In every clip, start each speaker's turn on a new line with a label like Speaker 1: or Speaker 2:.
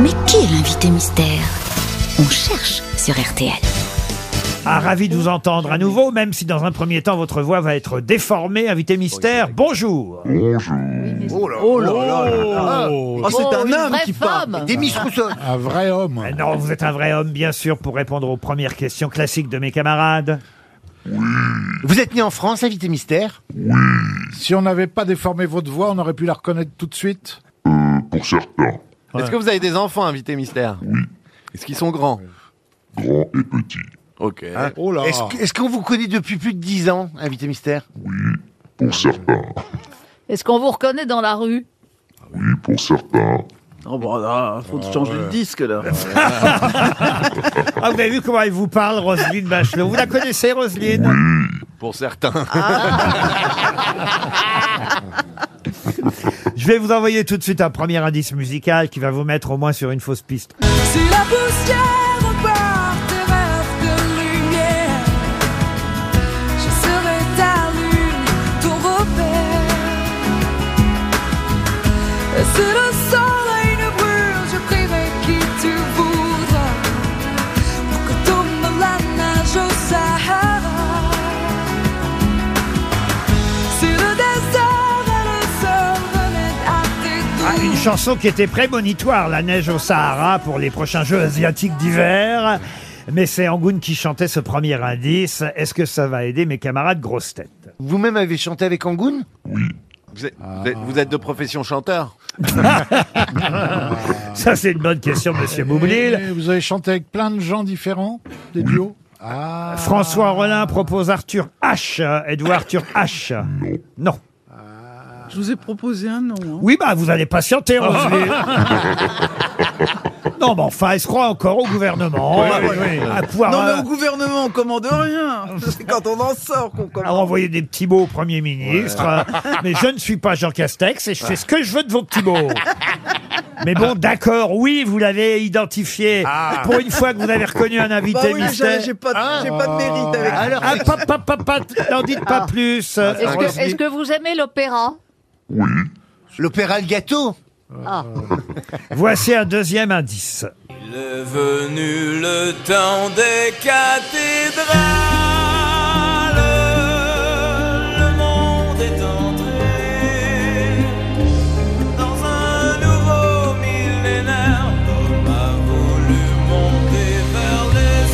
Speaker 1: Mais qui est l'invité mystère On cherche sur RTL.
Speaker 2: Ah, ravi de vous entendre à nouveau, même si dans un premier temps votre voix va être déformée. Invité mystère, bonjour.
Speaker 3: Oh là là là là
Speaker 4: Oh,
Speaker 3: Ah, c'est un homme
Speaker 5: vraie
Speaker 3: qui
Speaker 5: femme.
Speaker 3: parle Demis Rousseau
Speaker 4: un vrai homme.
Speaker 2: Ah Non, vous êtes un vrai homme, bien sûr, pour répondre aux premières questions classiques de mes camarades.
Speaker 3: Vous êtes né en France, invité mystère
Speaker 4: Si on n'avait pas déformé votre voix, on aurait pu la reconnaître tout de suite.
Speaker 6: pour certains,
Speaker 7: Est-ce que vous avez des enfants, invité mystère Oui. Est-ce qu'ils sont grands
Speaker 6: grands et petits.
Speaker 7: Ok.
Speaker 4: Oh là
Speaker 3: Hein Est-ce que- est-ce qu'on vous connaît depuis plus de 10 ans, invité mystère
Speaker 6: Pour certains,
Speaker 5: Est-ce qu'on vous reconnaît dans la rue
Speaker 6: oui, pour certains,
Speaker 7: Oh bon, là, faut changer le disque là.
Speaker 2: Ah, vous avez vu comment elle vous parle, Roselyne Bachelot. Vous la connaissez, Roselyne
Speaker 7: Pour certains.
Speaker 2: Je vais vous envoyer tout de suite un premier indice musical qui va vous mettre au moins sur une fausse piste.
Speaker 8: Si la poussière repart tes rêves de lumière, je serai ta lune, ton repère. Et si le soleil ne brûle, je prierai qui tu voudras pour que tombe la neige au Sahara. Si le désert et le sol venaient à tes
Speaker 2: Ah,
Speaker 8: doigts.
Speaker 2: une chanson qui était prémonitoire, La neige au Sahara, pour les prochains Jeux asiatiques d'hiver. Mais c'est Angoun qui chantait ce premier indice. Est-ce que ça va aider mes camarades grosses têtes
Speaker 3: Vous-même avez chanté avec Angoun
Speaker 7: Vous êtes, vous êtes- vous êtes de profession chanteur
Speaker 2: Ça, c'est une bonne question,
Speaker 9: Euh,
Speaker 2: monsieur
Speaker 4: Eh,
Speaker 2: Boublil.
Speaker 4: Et Vous avez chanté avec plein de gens différents, des duos. Ah,
Speaker 2: François Rollin propose Arthur H. Euh, Êtes-vous Arthur H Non.
Speaker 9: Je vous ai proposé un nom. hein.
Speaker 2: Oui, bah, vous allez patienter, Roselyne. non, mais enfin, elle se croit encore au gouvernement. À pouvoir
Speaker 9: Non, mais
Speaker 2: euh,
Speaker 9: au gouvernement, on commande rien. C'est quand on en sort qu'on
Speaker 2: à
Speaker 9: commande.
Speaker 2: envoyer des petits mots au Premier ministre. Euh, Mais je ne suis pas Jean Castex et je fais ce que je veux de vos petits mots. Mais bon, d'accord, oui, vous l'avez identifié. Pour une fois que vous avez reconnu un invité
Speaker 9: Bah oui,
Speaker 2: mystère.
Speaker 9: j'ai j'ai pas, de- j'ai pas de mérite avec
Speaker 3: Alors,
Speaker 2: Ah, pas, pas, pas, pas, n'en dites pas plus. euh,
Speaker 5: Ah. Est-ce que,
Speaker 2: Roselyne.
Speaker 5: est-ce que vous aimez l'opéra
Speaker 3: l'opéra Le Gâteau
Speaker 2: Voici un deuxième indice.
Speaker 8: Il est venu le temps des cathédrales. Le monde est entré dans un nouveau millénaire. L'homme a voulu monter vers les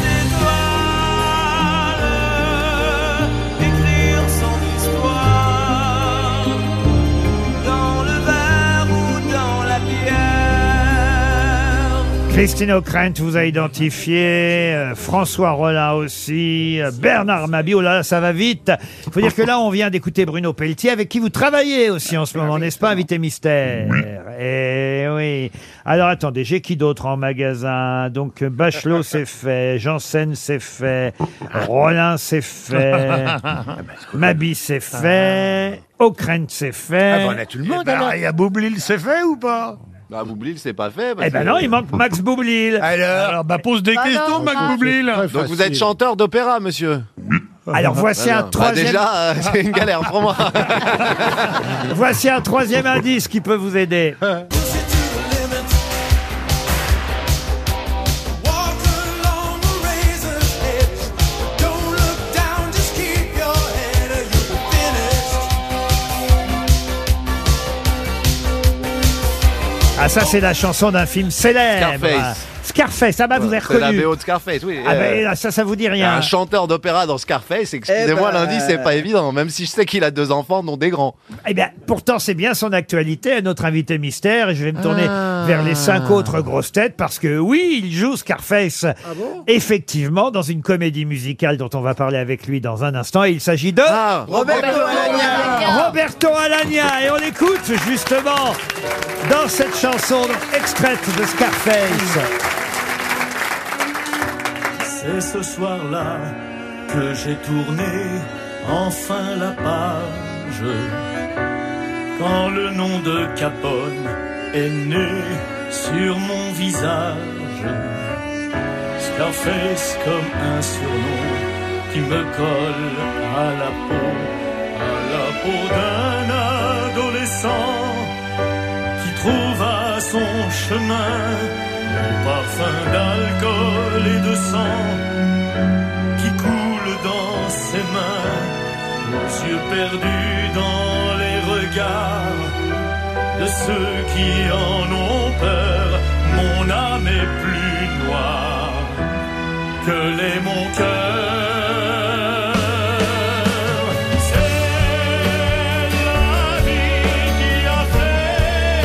Speaker 8: étoiles, écrire son histoire dans le verre ou dans la pierre.
Speaker 2: Christine O'Krent vous a identifié, euh, François Rollin aussi, euh, Bernard Mabi, oh là là, ça va vite. Il faut dire que là, on vient d'écouter Bruno Pelletier, avec qui vous travaillez aussi en ce moment, n'est-ce pas, invité mystère Eh oui. Alors attendez, j'ai qui d'autre en magasin Donc euh, Bachelot, c'est fait, Janssen, c'est fait, Rollin, c'est fait, Mabi, c'est fait, O'Krent, c'est fait.
Speaker 3: tout le monde alors
Speaker 4: il y Ah bah, a Boublil, c'est fait ou pas
Speaker 7: Bah, Boublil, c'est pas fait. parce
Speaker 2: Eh ben
Speaker 7: que-
Speaker 2: non, il manque Max Boublil.
Speaker 3: Alors,
Speaker 4: bah pose des
Speaker 5: Ah non, ah,
Speaker 7: Donc vous êtes chanteur d'opéra, monsieur
Speaker 2: Alors voici un
Speaker 7: Bah,
Speaker 2: troisième.
Speaker 7: déjà, euh, c'est une galère pour moi.
Speaker 2: Voici un troisième indice qui peut vous aider.
Speaker 8: Walk along the razor's edge. Don't look down, just keep your head or you'll be finished.
Speaker 2: Ah ça c'est la chanson d'un film célèbre.
Speaker 7: Scarface.
Speaker 2: Scarface, ah bah vous avez
Speaker 7: C'est la
Speaker 2: reconnu.
Speaker 7: BO de Scarface, oui.
Speaker 2: Ah
Speaker 7: euh,
Speaker 2: ben là, ça ça vous dit
Speaker 7: il y a
Speaker 2: rien.
Speaker 7: un chanteur d'opéra dans Scarface, excusez-moi,
Speaker 9: Eh ben-
Speaker 7: lundi, c'est pas évident, même si je sais qu'il a deux enfants, dont des grands.
Speaker 2: Eh bien pourtant c'est bien son actualité, notre invité mystère et je vais me tourner vers les cinq autres grosses têtes parce que oui, il joue Scarface. Effectivement dans une comédie musicale dont on va parler avec lui dans un instant, et il s'agit de
Speaker 7: Ah,
Speaker 9: Roberto Alagna.
Speaker 2: Roberto Alagna et on l'écoute justement dans cette chanson extraite de Scarface.
Speaker 8: C'est ce soir-là que j'ai tourné enfin la page. Quand le nom de Capone est né sur mon visage. Scarface comme un surnom qui me colle à la peau, à la peau d'un adolescent qui trouve à son son chemin au parfum d'alcool et de sang qui coule dans ses mains, aux yeux perdus dans les regards de ceux qui en ont peur. Mon âme est plus noire que les mon cœur. C'est la vie qui a fait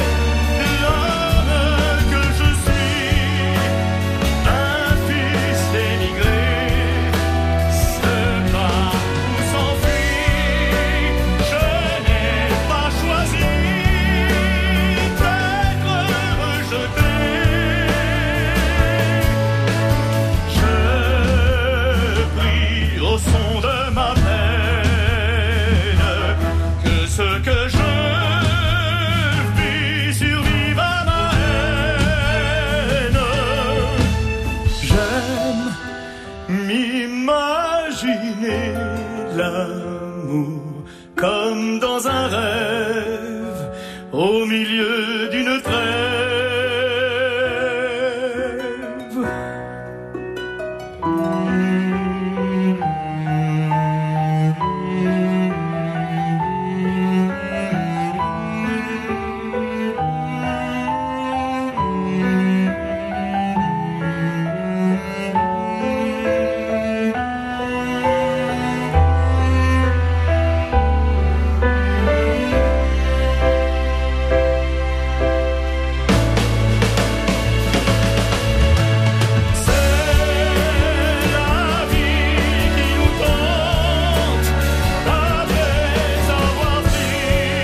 Speaker 8: l'homme que je suis. Un fils émigré se bat ou s'enfuit. Je n'ai pas choisi d'être rejeté. Je prie au son de ma peine que ce que je vis survive à ma haine. J'aime m'imaginer l'amour comme dans un rêve au milieu d'une trêve. C'est la vie qui nous tente Après avoir pris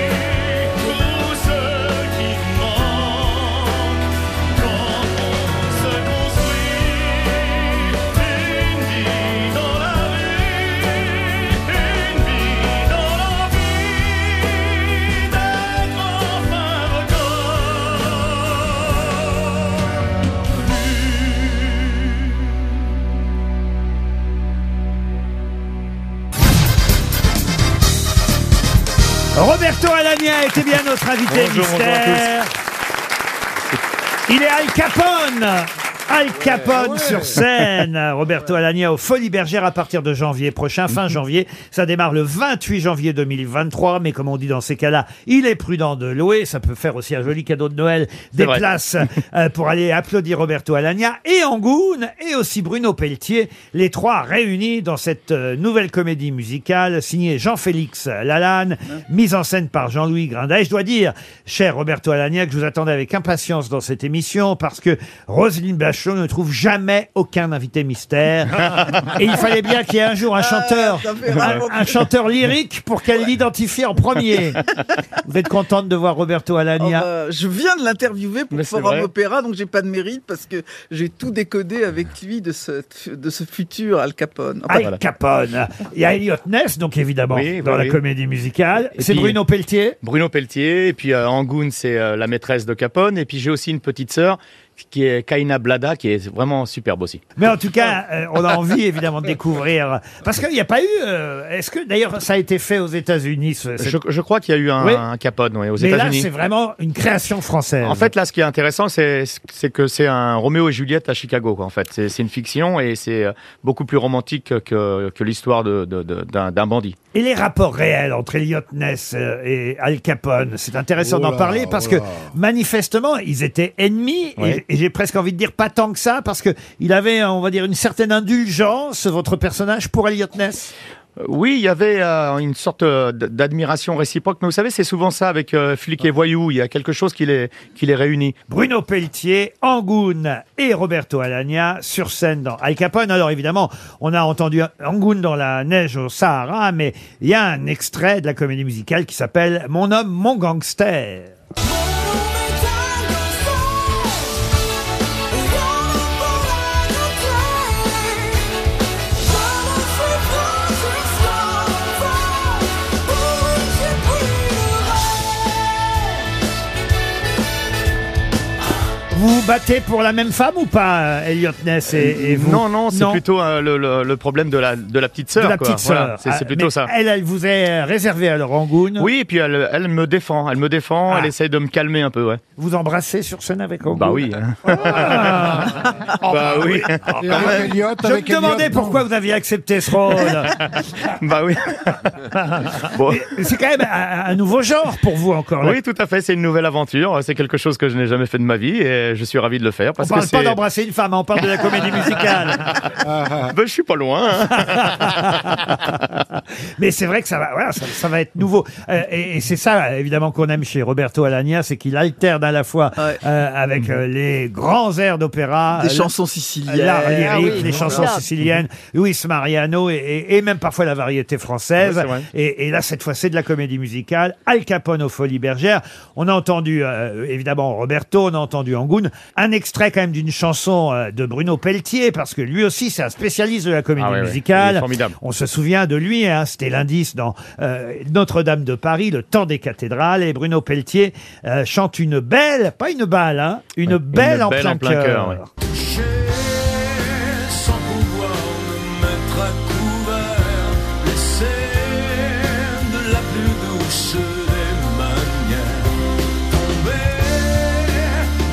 Speaker 8: tout ce qui manque Quand on se construit Une vie dans la rue Une vie dans l'envie D'être enfin reconnu
Speaker 2: Roberto Alagna était bien notre invité
Speaker 8: Bonjour, bonjour à
Speaker 2: mystère. Il est Al Capone Al
Speaker 8: Ah
Speaker 2: Capone sur scène, Roberto Alagna au Folies Bergère à partir de janvier prochain,
Speaker 8: Mhm.
Speaker 2: fin janvier. Ça démarre le 28 janvier 2023, mais comme on dit dans ces cas-là, il est prudent de louer. Ça peut faire aussi un joli cadeau de Noël, des
Speaker 7: vrai.
Speaker 2: places euh, pour aller applaudir Roberto Alagna et Angoune et aussi Bruno Pelletier, les trois réunis dans cette euh, nouvelle comédie musicale signée Jean-Félix Lalanne,
Speaker 4: Hein
Speaker 2: mise en scène par Jean-Louis Grinda. Et je dois dire, cher Roberto Alagna, que je vous attendais avec impatience dans cette émission parce que Roselyne Bachelot ne trouve jamais aucun invité mystère. et il fallait bien qu'il y ait un jour un chanteur,
Speaker 4: Ah, ça fait
Speaker 2: un,
Speaker 4: vraiment
Speaker 2: un chanteur lyrique pour qu'elle l'identifie en premier. vous êtes contente de voir Roberto
Speaker 4: Oh
Speaker 2: Alagna
Speaker 4: bah, je viens de l'interviewer pour
Speaker 7: Mais c'est
Speaker 4: Forum
Speaker 7: vrai.
Speaker 4: Opéra, donc j'ai pas de mérite parce que j'ai tout décodé avec lui de ce, de ce futur Al Capone. Enfin,
Speaker 2: Al Capone. Il y a Elliot Ness, donc évidemment,
Speaker 7: Ah, Oui,
Speaker 2: dans
Speaker 7: oui,
Speaker 2: la
Speaker 7: oui.
Speaker 2: comédie musicale.
Speaker 7: Et
Speaker 2: C'est
Speaker 7: puis-
Speaker 2: Bruno Pelletier.
Speaker 7: Bruno Pelletier, et puis euh, Angoune, c'est euh, la maîtresse de Capone, et puis j'ai aussi une petite sœur qui est Kaina Blada, qui est vraiment superbe aussi.
Speaker 2: Mais en tout cas, euh, on a envie évidemment de découvrir. Parce qu'il n'y a pas eu. euh, Est-ce que d'ailleurs ça a été fait aux États-Unis ce- cette-
Speaker 7: Je, je crois qu'il y a eu un,
Speaker 2: Oui.
Speaker 7: un Capone ouais, aux
Speaker 2: Mais là,
Speaker 7: États-Unis.
Speaker 2: c'est vraiment une création française.
Speaker 7: En fait, là, ce qui est intéressant, c'est c'est que c'est un Roméo et Juliette à Chicago. Quoi, en fait, c'est c'est une fiction et c'est euh, beaucoup plus romantique que, que l'histoire de- de- de- d'un d'un bandit.
Speaker 2: Et les rapports réels entre Elliot Ness euh, et Al Capone, c'est intéressant
Speaker 10: Oh
Speaker 2: d'en
Speaker 10: là,
Speaker 2: parler parce
Speaker 10: oh
Speaker 2: que
Speaker 10: là.
Speaker 2: manifestement, ils étaient ennemis et-
Speaker 7: Ouais.
Speaker 2: et, j'ai presque envie de dire pas tant que ça parce que il avait, on va dire, une certaine indulgence, votre personnage, pour Elliot Ness.
Speaker 7: Euh, Oui, il y avait euh, une sorte euh, d- d'admiration réciproque, mais vous savez, c'est souvent ça avec euh, flic et voyou. Il y a quelque chose qui les qui les réunit.
Speaker 2: Bruno Pelletier, Angoun et Roberto Alagna sur scène dans Al Capone. Alors évidemment, on a entendu Angoun dans la neige au Sahara, mais il y a un extrait de la comédie musicale qui s'appelle Mon homme, mon gangster.
Speaker 11: Thank you
Speaker 2: Vous vous battez pour la même femme ou pas, euh, Elliot Ness et, et Ah, vous
Speaker 7: Non, non, c'est plutôt euh, le, le- le problème de la, de la petite sœur.
Speaker 2: de la
Speaker 7: quoi.
Speaker 2: petite sœur.
Speaker 7: Voilà, c'est
Speaker 2: Ah,
Speaker 7: c'est plutôt
Speaker 2: mais
Speaker 7: ça.
Speaker 2: Elle, elle vous est réservée à
Speaker 10: Ah.
Speaker 2: Rangoon.
Speaker 7: Oui, et puis elle, elle me défend, elle me défend, elle essaye de me calmer un peu, ouais.
Speaker 2: Vous embrassez sur scène avec Rangoon.
Speaker 7: Bah oui. hein. bah oui.
Speaker 10: Ah. Et
Speaker 4: Ah
Speaker 10: avec Elliot,
Speaker 2: Je me
Speaker 10: avec Elliot,
Speaker 2: demandais
Speaker 10: non.
Speaker 2: pourquoi vous aviez accepté ce rôle.
Speaker 7: bah oui. bon.
Speaker 2: C'est quand même un, un nouveau genre pour vous encore. là.
Speaker 7: Oui, tout à fait, c'est une nouvelle aventure, c'est quelque chose que je n'ai jamais fait de ma vie et je suis ravi de le faire
Speaker 2: On
Speaker 7: parce
Speaker 2: parle
Speaker 7: que c'est
Speaker 2: pas d'embrasser une femme, hein, on parle de la comédie musicale.
Speaker 7: Ben, je suis pas loin. hein.
Speaker 2: Mais c'est vrai que ça va, voilà, ça, ça va être nouveau. Euh, et et c'est ça, évidemment, qu'on aime chez Roberto Alagna, c'est qu'il alterne à la fois
Speaker 4: Ouais.
Speaker 2: euh, avec euh, les grands airs d'opéra,
Speaker 4: Des
Speaker 2: euh,
Speaker 4: chansons
Speaker 2: l'art lyrique,
Speaker 4: siciliennes. Ah
Speaker 2: les chansons
Speaker 5: formidable.
Speaker 2: siciliennes, Luis Mariano et, et- et même parfois la variété française.
Speaker 7: Ouais, c'est vrai.
Speaker 2: et, et là, cette fois, c'est de la comédie musicale. Al Capone aux Folies Bergères. On a entendu, euh, évidemment, Roberto, on a entendu Angoun. Un extrait quand même d'une chanson euh, de Bruno Pelletier, parce que lui aussi, c'est un spécialiste de la comédie
Speaker 7: Ah ouais, ouais.
Speaker 2: musicale.
Speaker 7: Il est formidable.
Speaker 2: On se souvient de lui, hein, c'était l'indice dans euh, Notre-Dame de Paris, le temps des cathédrales, et Bruno Pelletier euh, chante une belle, pas une balle, hein, une belle, en,
Speaker 7: belle
Speaker 2: plein
Speaker 7: en plein
Speaker 2: cœur.
Speaker 7: cœur, ouais.
Speaker 8: J'ai, sans pouvoir me mettre à couvert, laissé de la plus douce des manières tomber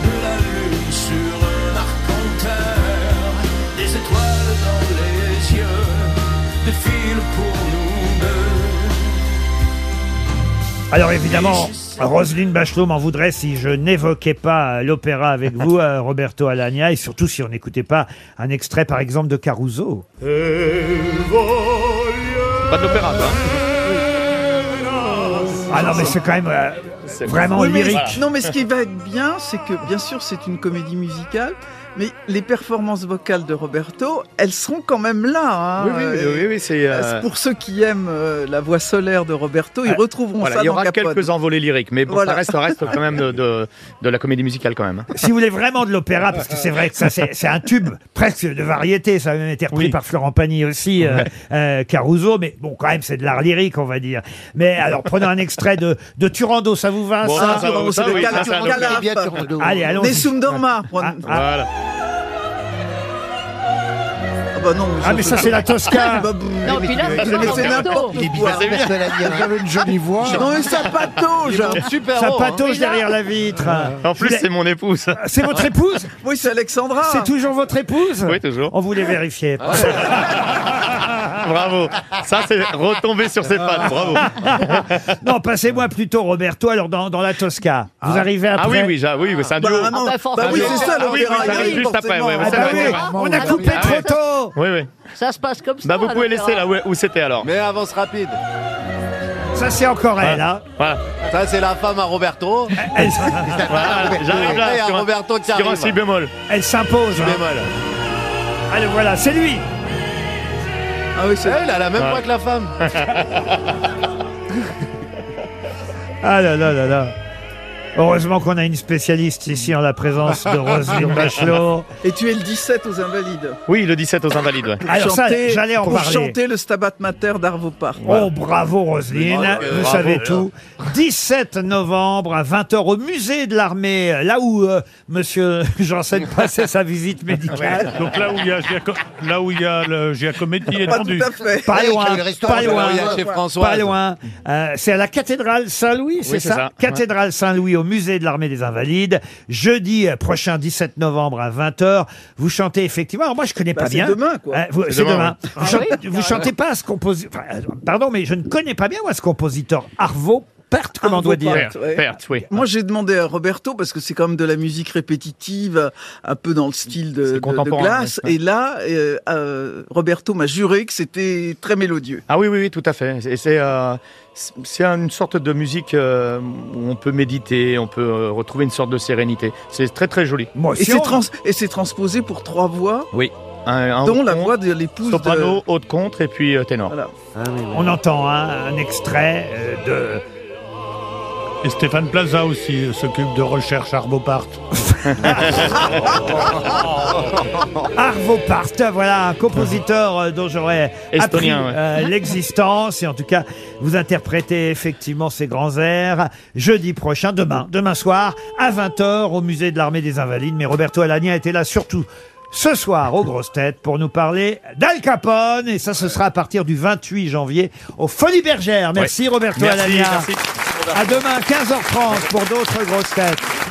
Speaker 8: de la lune sur un arc des étoiles dans les yeux, des fils pour nous deux.
Speaker 2: Alors évidemment, Roselyne Bachelot m'en voudrait si je n'évoquais pas l'opéra avec vous, euh, Roberto Alagna, et surtout si on n'écoutait pas un extrait, par exemple, de Caruso.
Speaker 7: Pas de l'opéra, toi.
Speaker 2: Ah non, mais c'est quand même euh,
Speaker 7: C'est-
Speaker 2: vraiment
Speaker 4: Oui, mais-
Speaker 2: lyrique.
Speaker 4: Non, mais ce qui va être bien, c'est que bien sûr, c'est une comédie musicale, mais les performances vocales de Roberto, elles seront quand même là. hein.
Speaker 7: Oui, oui, oui, oui, oui, c'est. euh,
Speaker 4: Euh, Pour ceux qui aiment euh, la voix solaire de Roberto, ils
Speaker 7: Ah,
Speaker 4: retrouveront
Speaker 7: voilà,
Speaker 4: ça
Speaker 7: il y
Speaker 4: dans
Speaker 7: aura
Speaker 4: Capone.
Speaker 7: quelques envolées lyriques, mais bon,
Speaker 4: Voilà.
Speaker 7: ça reste, ça reste quand même de, de, de la comédie musicale quand même. hein.
Speaker 2: Si vous voulez vraiment de l'opéra, parce que c'est vrai que ça, c'est c'est un tube presque de variété, ça a même été repris
Speaker 7: Oui.
Speaker 2: par Florent Pagny aussi, euh, euh, Caruso, mais bon, quand même, c'est de l'art lyrique, on va dire. Mais alors, prenons un extrait de, de Turando, ça vous va,
Speaker 7: Bon,
Speaker 2: ça
Speaker 7: ça,
Speaker 4: Turandot, c'est
Speaker 7: ça,
Speaker 4: le
Speaker 7: oui,
Speaker 4: cas-
Speaker 7: ça, c'est un
Speaker 4: Turandot.
Speaker 7: opéra.
Speaker 3: Bien, Turandot.
Speaker 2: Allez,
Speaker 7: Ah,
Speaker 2: allons-y.
Speaker 4: Nessun Dorma. pour-
Speaker 2: Ah,
Speaker 4: Ah,
Speaker 2: ah,
Speaker 7: Voilà.
Speaker 4: bah non,
Speaker 2: ah, mais ça, c'est la Tosca
Speaker 4: Bah, brrr.
Speaker 5: Non, puis là,
Speaker 4: Mais
Speaker 5: c'est
Speaker 4: c'est
Speaker 5: Roberto.
Speaker 4: n'importe
Speaker 3: Il est
Speaker 4: quoi.
Speaker 3: bizarre, parce qu'elle a dit, hein.
Speaker 10: Vous avez une jolie voix.
Speaker 4: Non, mais ça patauge.
Speaker 3: Super
Speaker 2: Ça
Speaker 7: Oh,
Speaker 3: haut, hein.
Speaker 2: patauge derrière la vitre
Speaker 7: En plus, c'est mon épouse.
Speaker 2: C'est votre épouse
Speaker 4: Oui, c'est Alexandra.
Speaker 8: Ah.
Speaker 2: C'est toujours votre épouse
Speaker 7: Oui, Ah, toujours.
Speaker 2: On voulait vérifier.
Speaker 7: Bravo. Ça, c'est retombé sur ses pattes. Bravo.
Speaker 2: non, passez-moi plutôt Roberto, alors dans, dans la Tosca. Vous arrivez après
Speaker 7: Ah oui, oui, j'a- oui, oui, c'est un
Speaker 4: Bah,
Speaker 7: duo.
Speaker 4: non.
Speaker 5: Ah, bah,
Speaker 4: Bah oui, c'est ça
Speaker 7: Ah oui,
Speaker 4: l'opéra.
Speaker 7: oui, ça
Speaker 4: il y a
Speaker 7: arrive juste après,
Speaker 4: forcément.
Speaker 7: ouais, ouais,
Speaker 2: Ah
Speaker 7: c'est
Speaker 2: bah
Speaker 7: vrai,
Speaker 2: oui,
Speaker 7: c'est vrai.
Speaker 2: on a coupé
Speaker 7: Ah
Speaker 2: trop
Speaker 7: ouais.
Speaker 2: tôt
Speaker 7: Oui, oui.
Speaker 5: Ça se passe comme ça.
Speaker 7: Bah, vous
Speaker 5: à
Speaker 7: pouvez
Speaker 5: l'opéra.
Speaker 7: laisser là où, où c'était alors.
Speaker 3: Mais avance rapide.
Speaker 2: Ça, c'est encore elle, hein
Speaker 7: Voilà.
Speaker 3: Ça, c'est la femme à Roberto.
Speaker 2: Elle,
Speaker 7: Voilà, J'arrive
Speaker 3: Et
Speaker 7: là
Speaker 3: à
Speaker 7: sur un,
Speaker 3: Roberto qui
Speaker 7: sur un si
Speaker 3: arrive.
Speaker 7: bémol.
Speaker 2: elle s'impose. hein.
Speaker 3: Bémol.
Speaker 2: Allez, voilà, c'est lui
Speaker 4: Ah oui, c'est
Speaker 3: Elle a la même
Speaker 7: Ouais.
Speaker 3: voix que la femme.
Speaker 2: Ah là là là là Heureusement qu'on a une spécialiste ici en la présence de Roselyne Bachelot.
Speaker 4: Et tu es le 17 aux Invalides.
Speaker 7: Oui, le 17 aux Invalides. ouais.
Speaker 2: Alors ça,
Speaker 4: Chanter-
Speaker 2: j'allais en
Speaker 4: pour
Speaker 2: parler.
Speaker 4: chanter le Stabat Mater d'Arvo Part.
Speaker 2: Oh, bravo Roselyne, vous savez tout. 17 novembre à 20h au musée de l'armée, là où euh, monsieur Janssen passait sa visite médicale.
Speaker 8: Donc là où il y a, Giaco- là où il y a le Giacometti
Speaker 4: Pas tout
Speaker 8: étendu.
Speaker 4: à fait.
Speaker 2: Pas
Speaker 3: Avec
Speaker 2: loin,
Speaker 3: le restaurant
Speaker 2: pas
Speaker 3: de
Speaker 2: loin,
Speaker 3: Lauria chez François.
Speaker 2: pas loin. Euh, c'est à la cathédrale Saint-Louis, c'est
Speaker 7: c'est
Speaker 2: ça,
Speaker 7: ça.
Speaker 2: Cathédrale Saint-Louis au musée de l'armée des Invalides. Jeudi euh, prochain, 17 novembre à 20h, vous chantez effectivement. Alors moi, je connais
Speaker 4: Bah,
Speaker 2: pas
Speaker 4: c'est
Speaker 2: bien.
Speaker 4: demain, quoi.
Speaker 2: Euh, vous- c'est
Speaker 7: demain,
Speaker 2: demain. Vous, chante-
Speaker 5: oui,
Speaker 2: vous chantez pas à ce compositeur. pardon, mais je ne connais pas bien moi ce compositeur. Arvo Pärt, comment on
Speaker 4: Arvo
Speaker 2: doit dire.
Speaker 4: Pärt.
Speaker 7: Perte,
Speaker 4: Ouais.
Speaker 7: perte, oui.
Speaker 4: Moi, j'ai demandé à Roberto, parce que c'est quand même de la musique répétitive, un peu dans le style de, de, de
Speaker 7: contemporain,
Speaker 4: Glass.
Speaker 7: ouais.
Speaker 4: Et là, euh, euh, Roberto m'a juré que c'était très mélodieux.
Speaker 7: Ah oui, oui, oui, tout à fait. Et c'est euh, c'est- c'est une sorte de musique euh, où on peut méditer, on peut euh, retrouver une sorte de sérénité. C'est très très joli.
Speaker 2: Moi
Speaker 4: Et
Speaker 2: aussi,
Speaker 4: c'est
Speaker 2: on-
Speaker 4: trans- et c'est transposé pour trois voix,
Speaker 7: Un, un
Speaker 4: dont
Speaker 7: haut
Speaker 4: la
Speaker 7: contre,
Speaker 4: voix de l'épouse de...
Speaker 7: soprano, haute contre et puis euh, ténor.
Speaker 4: Voilà.
Speaker 2: On entend hein, un extrait euh, de.
Speaker 8: Et Stéphane Plaza aussi euh, s'occupe de recherche Arbopart.
Speaker 2: Arvo Part, voilà un compositeur euh, dont j'aurais appris
Speaker 7: Estonien, ouais.
Speaker 2: euh, l'existence et en tout cas vous interprétez effectivement ces grands airs jeudi prochain, demain, demain soir à 20h au musée de l'armée des Invalides. Mais Roberto Alagna était là surtout ce soir aux grosses têtes pour nous parler d'Al Capone et ça ce sera à partir du 28 janvier au Folies Bergères. Merci Roberto
Speaker 7: Merci,
Speaker 2: Alagna.
Speaker 7: merci.
Speaker 2: À demain 15h30 pour d'autres grosses têtes.